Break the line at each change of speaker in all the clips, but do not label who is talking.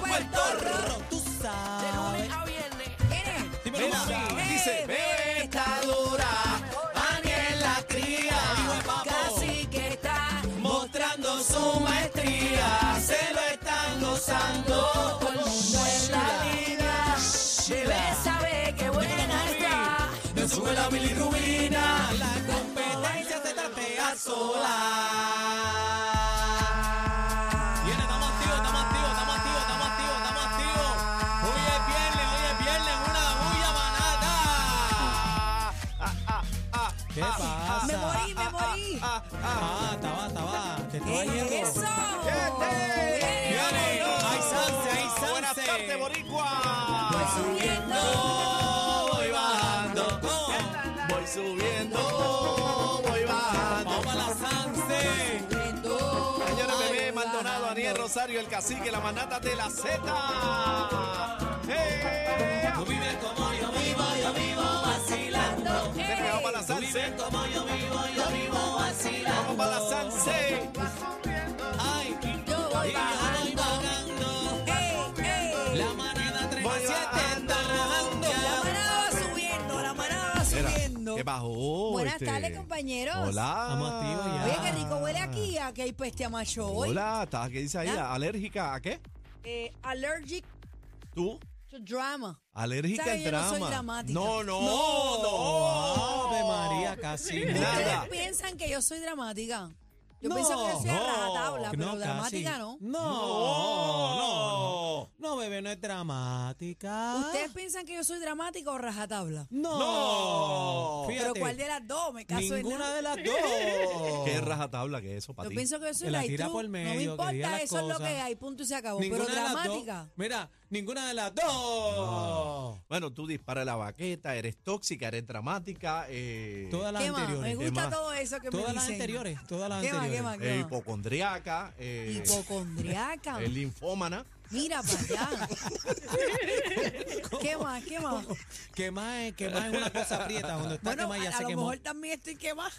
Puerto, Rico, tú
De
sabes.
lunes a viernes. eh,
Dímelo,
Mira,
mami.
dice,
bebé está dura, Aniel la cría,
Casi que está.
mostrando su maestría, se lo están gozando.
Todo el mundo en la liga. Bebé sabe que buena está.
No sube la bilirrubina, la competencia se tatea sola. Viene, estamos activos, estamos activos, estamos activos, estamos activos, estamos activos. Hoy es viernes, hoy es viernes, una bulla Ah, manada. ¿Qué pasa?
Me morí, me morí.
Ah, estaba, estaba, te estaba yendo.
Eso.
ah, Viene, hay salsa, hay salsa.
Buenas tardes, Boricua.
Voy subiendo.
Voy bajando,
Voy subiendo, voy bajando.
vamos a la salsa.
Subiendo.
Señores, bebé
Ay,
Maldonado,
bajando.
Aniel Rosario, el cacique, la manata de la Z. ¡Eh!
Tú vives como yo vivo, yo vivo vacilando.
Venga, Vamos para la
Tú
salsa.
vives como yo vivo, yo vivo vacilando.
Vamos para la salsa.
Ay,
Yo voy
y yo voy
bajando.
bajando.
Ey, ey.
La manada 3
Voy
7
bajando.
está bajando.
La manada va subiendo, la manada va
Mira,
subiendo.
¿Qué bajó?
Buenas
este?
tardes, compañeros.
Hola.
Estamos activos ya.
Oye, qué rico huele aquí, a que hay peste a macho hoy.
Hola, ¿estás- ¿qué dice ahí?
Ya.
¿Alérgica a qué?
Eh, allergic
¿Tú?
to drama.
Alérgica
¿Sabe?
al
Yo no
drama.
soy dramática.
No, no,
No,
no.
Ave María, casi
Nada.
Ustedes piensan que yo soy dramática. Yo
No,
pienso que yo soy
no,
a rajatabla, pero
No, casi.
dramática no.
No, no, no. No, bebé, no es dramática.
Ustedes piensan que yo soy dramática o rajatabla.
No.
No.
Fíjate,
Pero ¿cuál de las dos? Me caso en
ninguna
nada.
de las dos.
Qué rajatabla que es eso para
Yo
ti.
pienso que yo soy
Que la
light
tira
true.
por
no me
medio, que diga
importa,
las
eso es lo que
cosas.
hay, punto y se acabó.
Ninguna
pero
de las dos.
dramática.
Mira, ninguna de las dos.
Bueno, tú disparas la baqueta, eres tóxica, eres dramática. Eh,
Todas las
¿Qué más? Me
anteriores.
¿Qué
gusta
más?
todo eso que me
Todas las
dicen.
anteriores. Todas las
¿Qué más, qué
anteriores.
más,
eh,
qué más?
hipocondriaca, eh,
Hipocondriaca.
eh, linfómana.
Mira para allá. ¿Qué más? ¿Qué más?
Que más es, que más es una cosa prieta. Cuando está
Bueno,
quemada ya
a, a
se
lo
quemó.
mejor también estoy quemada.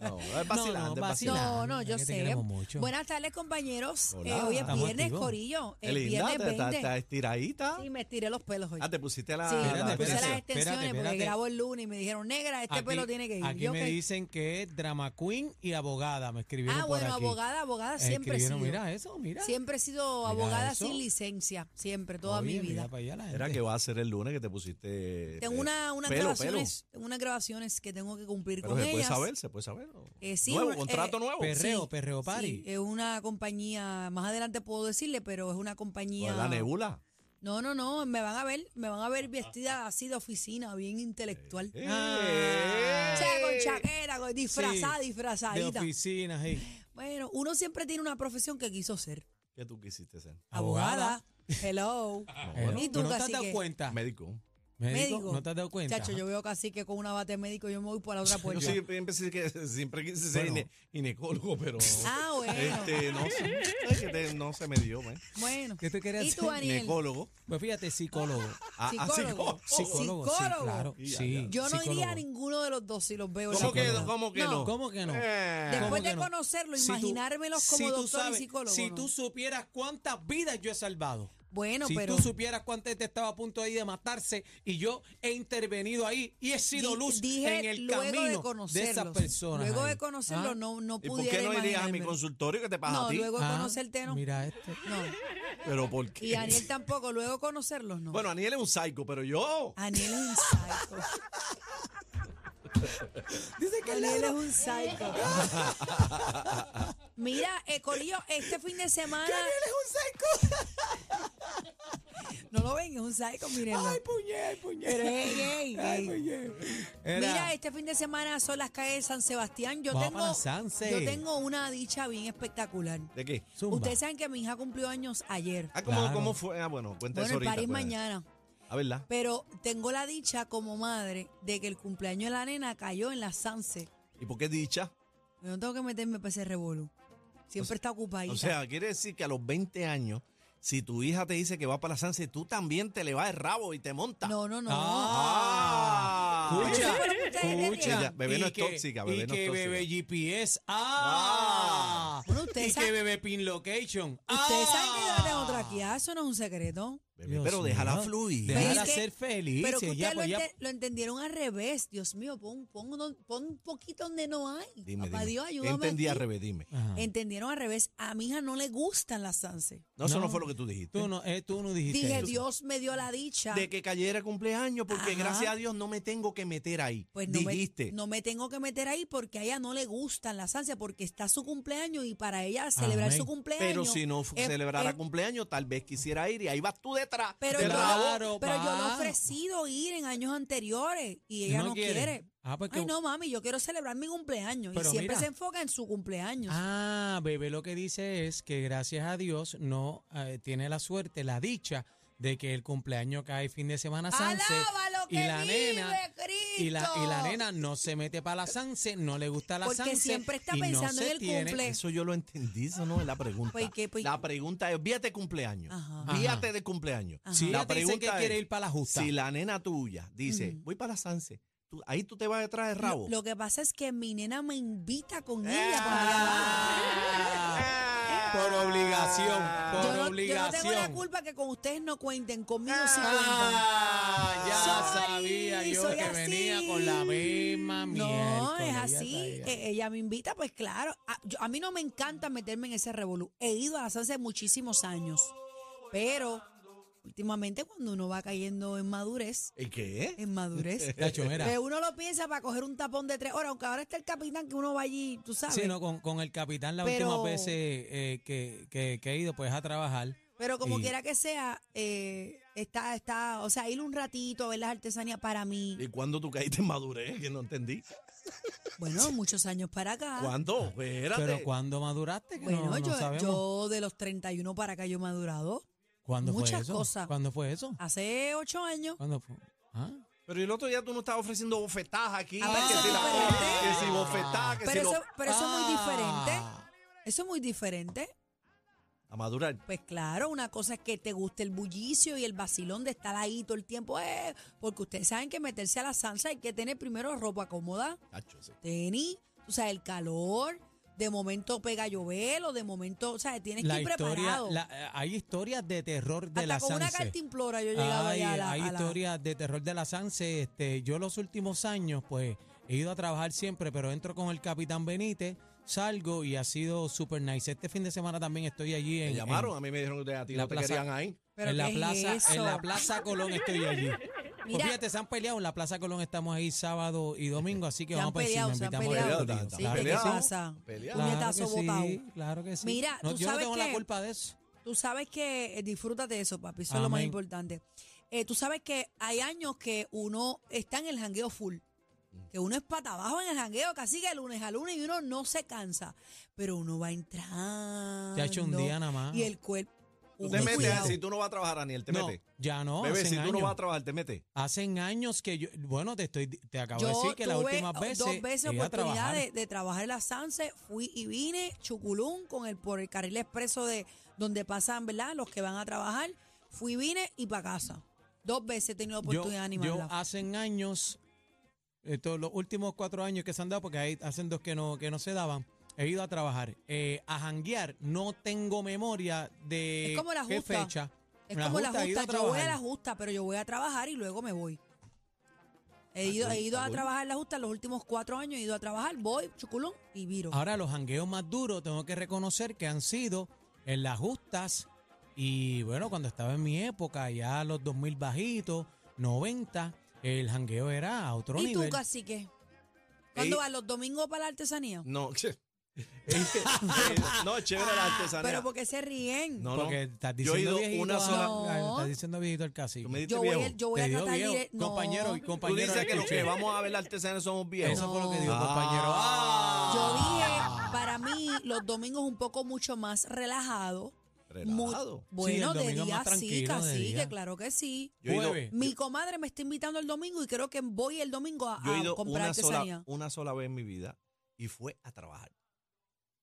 No, es vacilante, es
vacilante.
vacilante.
No, no, yo
Ah, que te
sé.
queremos mucho.
Buenas tardes, compañeros.
Hola.
Eh, hoy es
Estamos
viernes,
activos.
Corillo.
Qué
El
linda,
viernes
está, está-
20.
está estiradita.
Y me estiré los pelos hoy.
Ah, te pusiste la...
Pues, sí,
la-
Espérate,
me puse las
espérate,
extensiones
espérate,
porque
espérate.
grabo el lunes y me dijeron, negra, este
Aquí-
pelo tiene que Ah, ir.
Aquí
Yo,
me
ok.
dicen que es drama queen y abogada. Me escribieron
ah,
por
bueno,
aquí.
abogada, abogada siempre he sido.
Escribieron, mira eso, mira.
Siempre he sido
Mira
abogada
eso.
sin licencia, siempre, toda
Oye,
mi
mira
vida.
pa' allá la
Era
gente.
que va a ser el lunes que te pusiste...
Tengo
eh,
una, unas
pelo,
grabaciones, tengo unas grabaciones que tengo que cumplir
Pero
con
se puede
ellas.
saber, se puede saber.
Eh, sí,
nuevo,
una-
contrato
eh,
nuevo.
Perreo,
Sí,
perreo party.
Sí, es una compañía, más adelante puedo decirle, pero es una compañía.
Pues
Con la nebula.
No, no, no, me van a ver, me van a
Ah,
ver vestida así de oficina, bien intelectual.
Eh.
O sea, con chaquera, con disfrazada,
Sí, De
disfrazadita.
oficinas, sí.
Bueno, uno siempre tiene una profesión que quiso ser.
¿Qué tú quisiste ser?
Abogada. Hello.
bueno.
¿Y tú,
Eh, ¿No te has
cacique?
dado cuenta?
Médico.
Médico,
Médico.
¿No te has dado cuenta?
Chacho, yo veo casi que con un abate médico yo me voy por la otra
Yo
puerta.
siempre, empecé que- siempre quise ser
Bueno.
gine- ginecólogo, pero...
Ah, bueno.
Este, no sé. Es que te- no se me dio, ¿eh?
Bueno.
¿Qué tú querías
¿Y tú,
ser?
Daniel?
Ginecólogo.
Pues fíjate, psicólogo.
Ah, ah,
Psicólogo.
psico-
Psicólogo, sí,
Psicólogo.
claro.
Y ya,
sí,
ya.
Yo no iría a
psicólogo.
ninguno de los dos si los veo. en
¿Cómo
la
que,
calle.
no? ¿Cómo que no?
¿Cómo que no?
Eh.
Después
¿Cómo
de
que no?
conocerlo,
Si tú-
imaginármelos como
si tú
doctor
sabes-
y psicólogo.
Si
¿no?
tú supieras cuántas vidas yo he salvado.
bueno,
si
pero
tú supieras cuánta gente estaba a punto ahí de matarse y yo he intervenido ahí y he sido
di-
luz
dije
en el
luego de,
camino de,
conocerlos,
esas personas.
Luego
ahí.
de conocerlo
Ah,
no, no
¿Y por
pudiera
qué no irías a mi
imaginármelo.
consultorio que te pasa a
No,
ti?
luego de
ah,
conocerte no.
Mira este.
No.
Pero ¿por qué?
Y Daniel tampoco, luego de conocerlos no.
Bueno, Aniel es un psycho, pero yo...
Daniel es un psycho.
Dice que
Daniel es un psycho. Mira, eh, Corillo, este fin de semana.
es un psycho.
No lo ven, es un psycho, mírenlo.
Ay, puñet, puñet.
Pero, ey, ey,
Ay,
ey.
puñet. Era-
Mira, este fin de semana son las calles de San Sebastián. Yo
Vamos
tengo,
para Sanse.
yo tengo una dicha bien espectacular.
¿De qué?
Zumba.
Ustedes saben que mi hija cumplió años ayer.
Ah, ¿cómo,
Claro.
¿cómo fue? Ah, bueno, cuenta
Bueno,
eso
el
ahorita.
París
cuenta.
mañana.
Ah, ¿verdad?
Pero tengo la dicha como madre de que el cumpleaños de la nena cayó en la Sanse.
¿Y por qué dicha?
Yo no tengo que meterme para ese revolú. Siempre está ocupadita.
O sea, quiere decir que a los 20 años, si tu hija te dice que va para la Sanse, tú también te le vas de rabo y te montas.
no, no, no.
Ah.
Escucha,
Pero ustedes
escucha.
ríen. Bebé no
Y
es
que-
tóxica, bebé
y
no es
que
tóxica.
bebé GPS. Ah.
Bueno,
Y
Ustedes
que
saben
bebé pin location.
ustedes saben que yo
¡Ah!
le tengo traqueada, eso no es un secreto.
Bebé,
Dios
pero déjala
mío.
fluir.
Pero
Déjala
es que-
ser feliz.
Pero que
ella,
ustedes lo,
pues, ella-
ente- lo entendieron al revés. Dios mío, pon, pon, don- pon un poquito donde no hay.
Dime,
Papá
dime.
Dios,
¿Qué
ayúdame.
entendí al
aquí.
revés? Dime.
Ajá.
Entendieron al revés. A mi hija no le gustan las Sanse.
No, eso no
No.
fue lo que tú dijiste.
Tú no, eh, tú no dijiste
Dije,
eso.
Dios me dio la dicha.
De que cayera cumpleaños, porque
Ajá.
gracias a Dios no me tengo que meter ahí.
Pues no
dijiste.
me, no me tengo que meter ahí porque a ella no le gustan las ansias, porque está su cumpleaños y para ella celebrar
Amén.
su cumpleaños.
pero si no fu-
es-
celebrara
es-
cumpleaños, tal vez quisiera ir y ahí vas tú detrás.
Pero,
del
yo,
rabo.
Claro,
pero yo le he
pa.
ofrecido ir en años anteriores y ella no, quiere.
Ah, pues que-
Ay, no, mami, yo quiero celebrar mi cumpleaños.
Pero
y siempre
mira.
se enfoca en su cumpleaños.
Ah, bebé lo que dice es que gracias a Dios no eh, tiene la suerte, la dicha de que el cumpleaños cae fin de semana Sanse
Alaba lo que
y la
vive
nena
Cristo.
y la, y la nena no se mete para la Sanse, no le gusta la
Porque
Sanse.
siempre está
y no
pensando
se
en el
tiene-
cumple.
Eso yo lo entendí, eso no es la pregunta.
Pues, ¿qué? Pues-
la pregunta es, víate cumpleaños,
Ajá.
víate de cumpleaños.
Ajá.
Si
La
ella te dice que
pregunta
quiere
es,
ir para la justa.
Si la nena tuya dice, voy para la Sanse, tú- ahí tú te vas detrás del rabo.
Lo, lo que pasa es que mi nena me invita
¡Eh!
con ella cuando ella va.
Ah, por obligación, por
Yo no, yo no
obligación.
tengo la culpa que con ustedes no cuenten, conmigo sí cuentan.
Ah, ya
Sorry,
sabía yo
soy
que
así.
venía con la misma mierda.
No, es así. Eh, Ella me invita, pues claro. A, yo- a mí no me encanta meterme en ese revolú. He ido a las hace muchísimos años. Pero últimamente cuando uno va cayendo en madurez,
¿Y qué?
en madurez,
Tacho, mira.
que uno lo piensa para coger un tapón de tres horas, aunque ahora está el capitán que uno va allí, tú sabes.
Sí, no, con, con el capitán la
Pero-
última vez eh, que, que- que he ido pues a trabajar.
Pero como
Y-
quiera que sea, eh, está, está, o sea, ir un ratito a ver las artesanías para mí.
¿Y cuándo tú caíste en madurez? Que no entendí.
Bueno, muchos años para acá.
¿Cuándo? Espérate.
Pero cuando maduraste, que
Bueno,
no, no
yo,
sabemos.
yo de los 31 para acá yo he madurado.
¿Cuándo fue
muchas
eso?
cosas.
¿Cuándo fue eso?
Hace ocho años.
¿Cuándo fue? Ah.
Pero el otro día tú no estabas ofreciendo bofetadas aquí.
Ah,
que,
pero
si
eso
la,
es diferente.
que si bofetadas, que
Pero
si lo-
eso, pero eso es muy diferente.
Ah.
Eso es muy diferente.
A madurar.
Pues claro, una cosa es que te guste el bullicio y el vacilón de estar ahí todo el tiempo. eh, porque ustedes saben que meterse a la salsa hay que tener primero ropa cómoda,
Cacho, sí.
tenis, o sea, el calor. De momento pega llover o de momento, o sea, tienes
La
que ir
historia,
preparado.
la- eh, hay historias de terror de
Hasta
la
con una
Sanse.
cartimplora yo he llegado
Hay,
allá a la-
hay
a la-
historias de terror de la Sanse. Este, yo los últimos años, pues, he ido a trabajar siempre, pero entro con el Capitán Benítez, salgo y ha sido super nice. Este fin de semana también estoy allí en,
Me
en-
llamaron, a mí me dijeron que a ti
la
no te
plaza-
querían ahí.
Pero
en la
¿qué es
plaza,
eso?
en la Plaza Colón estoy allí. Pues
Mira.
fíjate, se han peleado en la Plaza Colón, estamos ahí sábado y domingo, así que
Se han
vamos para encima,
peleado, se han
invitamos al
peleado.
corillo.
Sí,
Claro
¿qué
que
te
sí.
pasa?
Peleado.
Claro
Puñetazo
que sí,
botado.
claro que sí.
Mira,
No,
tú
yo no
sabes
tengo la
que-
culpa de eso.
Tú sabes que eh, disfrútate de eso, papi, eso es lo más
Amén.
importante. Eh, tú sabes que hay años que uno está en el jangueo full, que uno es pata abajo en el jangueo, casi que lunes a lunes y uno no se cansa, pero uno va entrando.
Te ha hecho un día nada más.
Y el cuerpo.
Tú
uno
te metes,
cuidado.
si tú no vas a trabajar, Daniel, te
No,
metes.
ya no.
Bebé,
hacen
si tú no
años.
vas a trabajar, te metes.
Hacen años que yo, bueno, te estoy, te acabo
Yo
de decir que las
tuve
últimas veces,
dos veces
he ido a
oportunidad
trabajar.
de, de trabajar en la Sanse, fui y vine, Chuculún, con el, por el carril expreso de donde pasan, ¿verdad? Los que van a trabajar, fui, vine y para casa. Dos veces he tenido
yo,
oportunidad de
yo
animarla.
hacen años, estos, los últimos cuatro años que se han dado, porque hay, hacen dos que no, que no se daban, he ido a trabajar, eh, a janguear, no tengo memoria de
Es como la
qué
justa.
fecha.
es como la
he ido
justa,
a
yo voy a
trabajar.
la justa, pero yo voy a trabajar y luego me voy. He ido, he ido a trabajar en la justa los últimos cuatro años, he ido a trabajar, voy, Chuculún y viro.
Ahora, los jangueos más duros tengo que reconocer que han sido en las justas y bueno, cuando estaba en mi época, ya los 2000 bajitos, 90, el jangueo era a otro
¿Y tú,
nivel.
cacique? ¿Cuándo
Ey.
vas? ¿Los domingos para la artesanía?
No, che.
Este-
no, chévere
Ah,
la artesanía.
Pero porque se ríen.
no, no.
Porque estás
Yo he
diciendo
ido
viejito
una
a-
sola.
No.
a- estás diciendo viejito al cacique.
Tú me dijiste
Yo voy,
viejo.
a- yo voy a
Te digo
tratar
viejo.
de... no.
Compañero y
Tú
compañero.
dices que los
escuché.
que vamos a ver la artesanía somos viejos.
Eso fue lo que dijo el
Ah.
compañero.
Yo
Ah.
dije, para mí, los domingos un poco mucho más relajado. Muy-
Relajado.
bueno,
el
de
domingo
día
más
sí,
tranquilo, de
cacique,
día.
claro que sí.
Yo he ido-
Jueves.
Mi comadre me está invitando el domingo y creo que voy el domingo a,
Yo he
a
ido
comprar
una
artesanía.
sola, una sola vez en mi vida y fue a trabajar.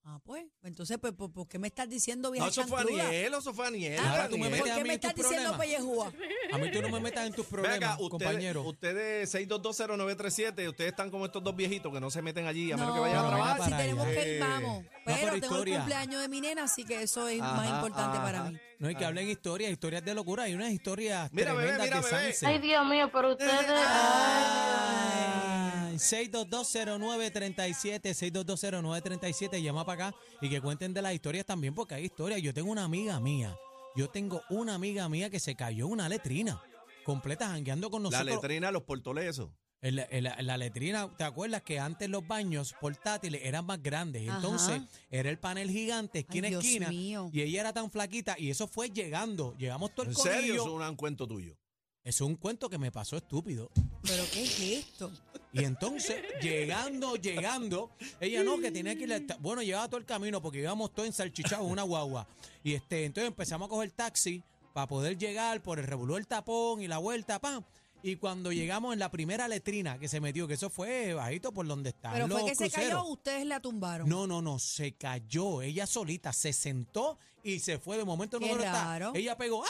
Ah, pues. Entonces, pues, ¿por, por qué me estás diciendo
No,
vieja
eso fue
chancluda?
Aniel, eso fue Aniel.
Ah,
Ahora
Aniel.
tú me
¿Por
metes a
qué
mí
me
en tus
estás diciendo
problemas.
pellejúa?
A mí tú no me metas en tus
Ven
problemas,
acá, ustedes,
compañero.
ustedes 6220937, ustedes están como estos dos viejitos que no se meten allí a menos que vayan a
no,
trabajar. Eh,
para
si tenemos
allá.
que ir, vamos.
pero
Pero tengo el
historia.
cumpleaños de mi nena, así que eso es
Ajá,
más importante
ajá.
para mí.
No hay que hablen historias, historias de locura. Hay unas historias
Ah. Mira, bebé,
tremendas
mira,
que
bebé.
Sanse.
Ay, Dios mío, pero ustedes.
Ah. Ay, 6220937, 6220937, llama para acá y que cuenten de las historias también, porque hay historias. Yo tengo una amiga mía, yo tengo una amiga mía que se cayó en una letrina, completa jangueando con
La
nosotros.
letrina, los portoles, eso.
En la, en la- en la letrina, ¿te acuerdas que antes los baños portátiles eran más grandes?
Ajá.
Entonces era el panel gigante, esquina a
Dios
esquina,
mío.
y ella era tan flaquita, y eso fue llegando, llegamos todo el
En serio,
corillo.
eso no es un cuento tuyo.
Eso es un cuento que me pasó estúpido.
¿Pero qué es esto?
Y entonces, llegando, llegando, ella no, que tenía que ir. al ta- Bueno, llevaba todo el camino porque íbamos todos ensalchichados en una guagua. Y este, entonces empezamos a coger taxi para poder llegar por el revolú el tapón y la vuelta, pam. Y cuando llegamos en la primera letrina que se metió, que eso fue bajito por donde está.
¿Pero fue que se cayó o
cruceros.
ustedes la tumbaron?
No, no, no, se cayó. Ella solita se sentó y se fue. De momento
Qué
no
raro.
Ella pegó, ¡ay!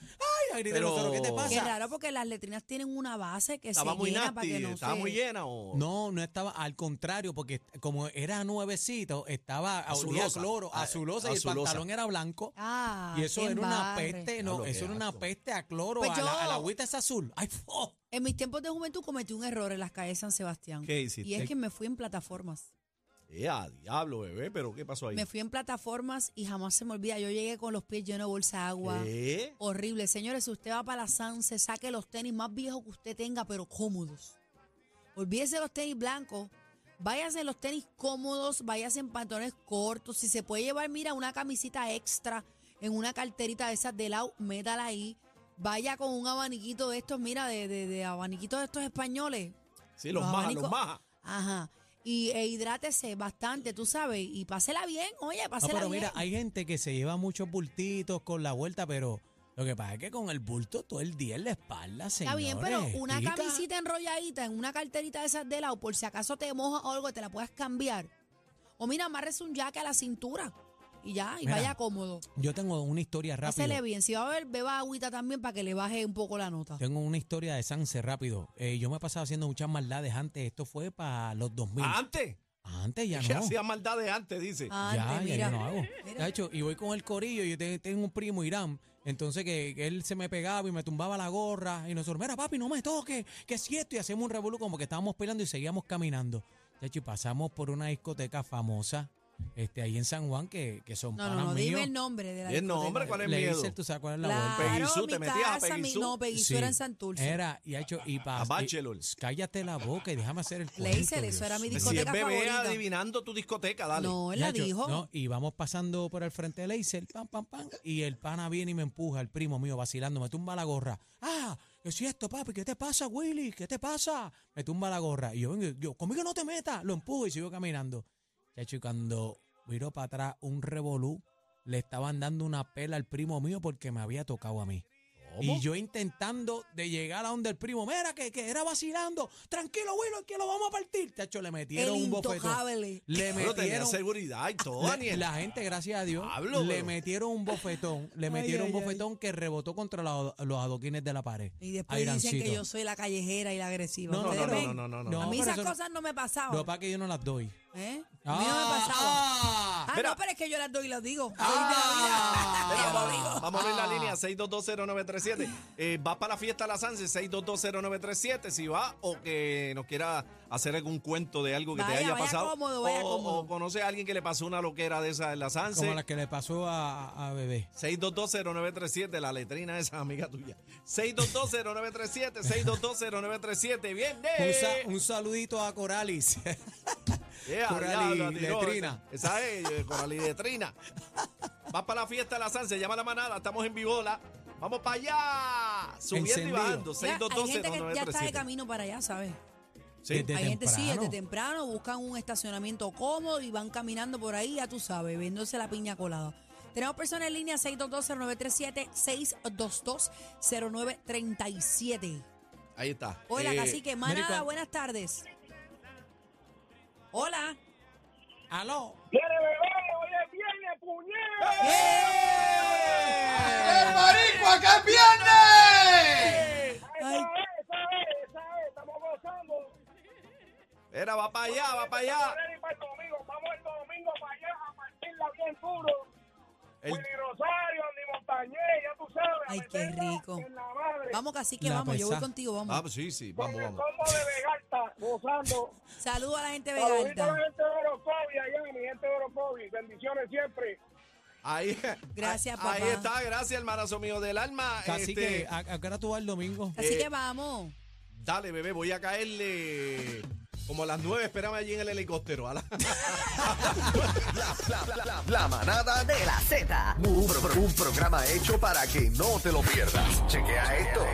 ¡ay! A gritar,
Pero-
nosotros, ¿qué te
Qué
pasa?
raro, porque las letrinas tienen una base que
Estaba
se
muy
llena para que
nasty,
no
estaba
se...
muy llena o...
No, no estaba, al contrario, porque como era nuevecito, estaba olía a
Azulosa.
cloro,
Ah,
azulosa, y el
azulosa.
pantalón era blanco.
Ah,
y eso
qué
era una
embarre.
peste, no,
Diablo,
eso
qué
era una
asco.
peste a cloro,
Pues
a, la,
yo-
a la agüita es azul. ¡Ay, fo!
En mis tiempos de juventud cometí un error en las calles de San Sebastián.
¿Qué hiciste?
Y es que me fui en plataformas.
Ya, diablo, bebé, pero ¿qué pasó ahí?
Me fui en plataformas y jamás se me olvida. Yo llegué con los pies llenos de bolsa de agua.
Eh.
¿Qué?
Horrible. Señores, si usted va para la Sanse, saque los tenis más viejos que usted tenga, pero cómodos. Olvídese de los tenis blancos. Váyase en los tenis cómodos, váyase en pantalones cortos. Si se puede llevar, mira, una camisita extra en una carterita de esas de lado, métala ahí. Vaya con un abaniquito de estos, mira, de, de, de abaniquitos de estos españoles.
Sí, los
Los
majas,
abanicos.
los majas.
Ajá. Y e, hidrátese bastante, tú sabes. Y pásela bien, oye,
No,
pásela
Ah, pero
bien.
mira, hay gente que se lleva muchos bultitos con la vuelta, pero lo que pasa es que con el bulto todo el día en la espalda,
Está
señores.
bien, pero una
pica.
camisita enrolladita en una carterita de esas de lado, por si acaso te moja o algo, te la puedas cambiar. O mira, amárrese un jaque a la cintura y ya, y
Mira,
vaya cómodo.
Yo tengo una historia rápida.
Pásele bien. Si va a beber, beba agüita también para que le baje un poco la nota.
Tengo una historia de Sanse rápido. Eh, yo me pasaba haciendo muchas maldades antes. Esto fue para los 2000.
Antes,
Antes ya
que
no.
Ah, hacía maldades antes, dice.
ya,
Ande, mira.
ya yo no hago.
Mira.
De hecho, y voy con el corillo. Yo te- tengo un primo, Irán. Entonces, que, que él se me pegaba y me tumbaba la gorra. Y nosotros, mira, papi, no me toques. Que es esto? Y hacemos un revolú como que estábamos peleando y seguíamos caminando. De hecho, y pasamos por una discoteca famosa este, ahí en San Juan que, que son
No, no,
panas
no, dime
míos.
el nombre de la
Di el nombre,
discoteca.
¿cuál es
Le
miedo?
hice el- tú sabes cuál es la vuelta.
Claro,
Peguizú,
mi
te metías a
casa, mi-
Peguizú.
no, Peguizú
Sí.
era en Santurce.
Era, y ha hecho, y
A
pasó.
Bachelor.
Cállate la boca y déjame hacer el
Leisel,
cuento,
eso era
Dios
mi
mío.
Si es
discoteca
bebé
favorita.
adivinando tu discoteca, dale.
No, él la
Nacho,
dijo.
no, y vamos pasando por el frente de Leisel, pam, pam, pam. Y el pana viene y me empuja, el primo mío vacilando, me tumba la gorra. ¡Ah! ¿Qué es esto, papi? ¿Qué te pasa, Willy? ¿Qué te pasa? Me tumba la gorra. Y yo, vengo, yo conmigo no te metas. Lo empujo y sigo caminando. Chacho, y cuando viro para atrás un revolú, le estaban dando una pela al primo mío porque me había tocado a mí. Y yo intentando de llegar a donde el primo, mira, que, que era vacilando. Tranquilo, Willy, que lo vamos a partir. Chacho, le
El
metieron un bofetón.
intocable.
Le
Pero tenía
metieron
seguridad y todo,
la,
Daniel.
la gente, gracias a Dios,
Oh, Hablo,
le
pero-
metieron un bofetón, le metieron un bofetón que rebotó contra los, los adoquines de la pared.
Y
A
después dicen que
Irancito.
yo soy la callejera y la agresiva.
No, no,
¿Ustedes
no, no,
ven?
no, no, no,
no.
A mí
pero
esas
eso no-
cosas no me pasaban.
Lo que pasa es que yo no las doy.
¿Eh? A mí no me
Ah,
pasaba.
ah,
Ah,
Mira.
no, pero es que yo las doy y las digo.
ah.
Mira, vamos, vamos a abrir la
Ah.
línea 6220937. Eh, vas para la fiesta de la Sanse 6220937 si va o que nos quiera hacer algún cuento de algo que te
Vaya,
haya
vaya
pasado.
cómodo, vaya
o,
cómodo.
o conoce a alguien que le pasó una loquera de esa en la Sanse.
Como la que le pasó a, a Bebé.
6220937, la letrina esa amiga tuya. 6220937, 6220937, bien
Un, sa- un saludito a Coralis. Coral y letrina.
Esa es, eh, Coral y letrina. Vas para la fiesta de la Sanse, llama a la manada, estamos en Vivola. Vamos para allá, subiendo y
Encendido.
bajando.
Ya, hay gente que ya está de
6220937.
camino para allá, ¿sabes?
Sí.
Desde
hay gente sí,
temprano.
desde temprano buscan un estacionamiento cómodo y van caminando por ahí, ya tú sabes, viéndose la piña colada. Tenemos personas en línea 622-0937, 622-0937.
Ahí está.
Hola,
Eh,
cacique. Manada,
Mérico.
buenas tardes. Hola.
Aló.
¡Viene bebé!
¡Eh!
¡El marico que viene!
Ay,
Era, va para allá, va para allá.
Vamos el domingo para allá a partirla bien duro.
El-
Willy Rosario, ni Montañez, ya tú sabes. a
Ay, qué
meterla
rico.
En la madre.
vamos, cacique,
La
vamos. Yo voy
paisa.
contigo,
Ah,
vamos.
pues sí, sí,
Con
vamos,
el
vamos.
combo de Vegalta, gozando.
Saludo a la gente de
Saludito a la
Galta.
gente de Orocovi allá, mi gente de Orocovi. Bendiciones siempre.
Ahí,
Gracias,
ahí
papá.
está, gracias, hermanazo mío del alma.
Así
Este,
que, ¿a, a qué hora tú vas el domingo?
Así
Eh,
que vamos.
Dale, bebé, voy a caerle como a las nueve. Espérame allí en el helicóptero. A la-
La, la- la- la manada de la Z. Un, pro- un programa hecho para que no te lo pierdas. Chequea esto.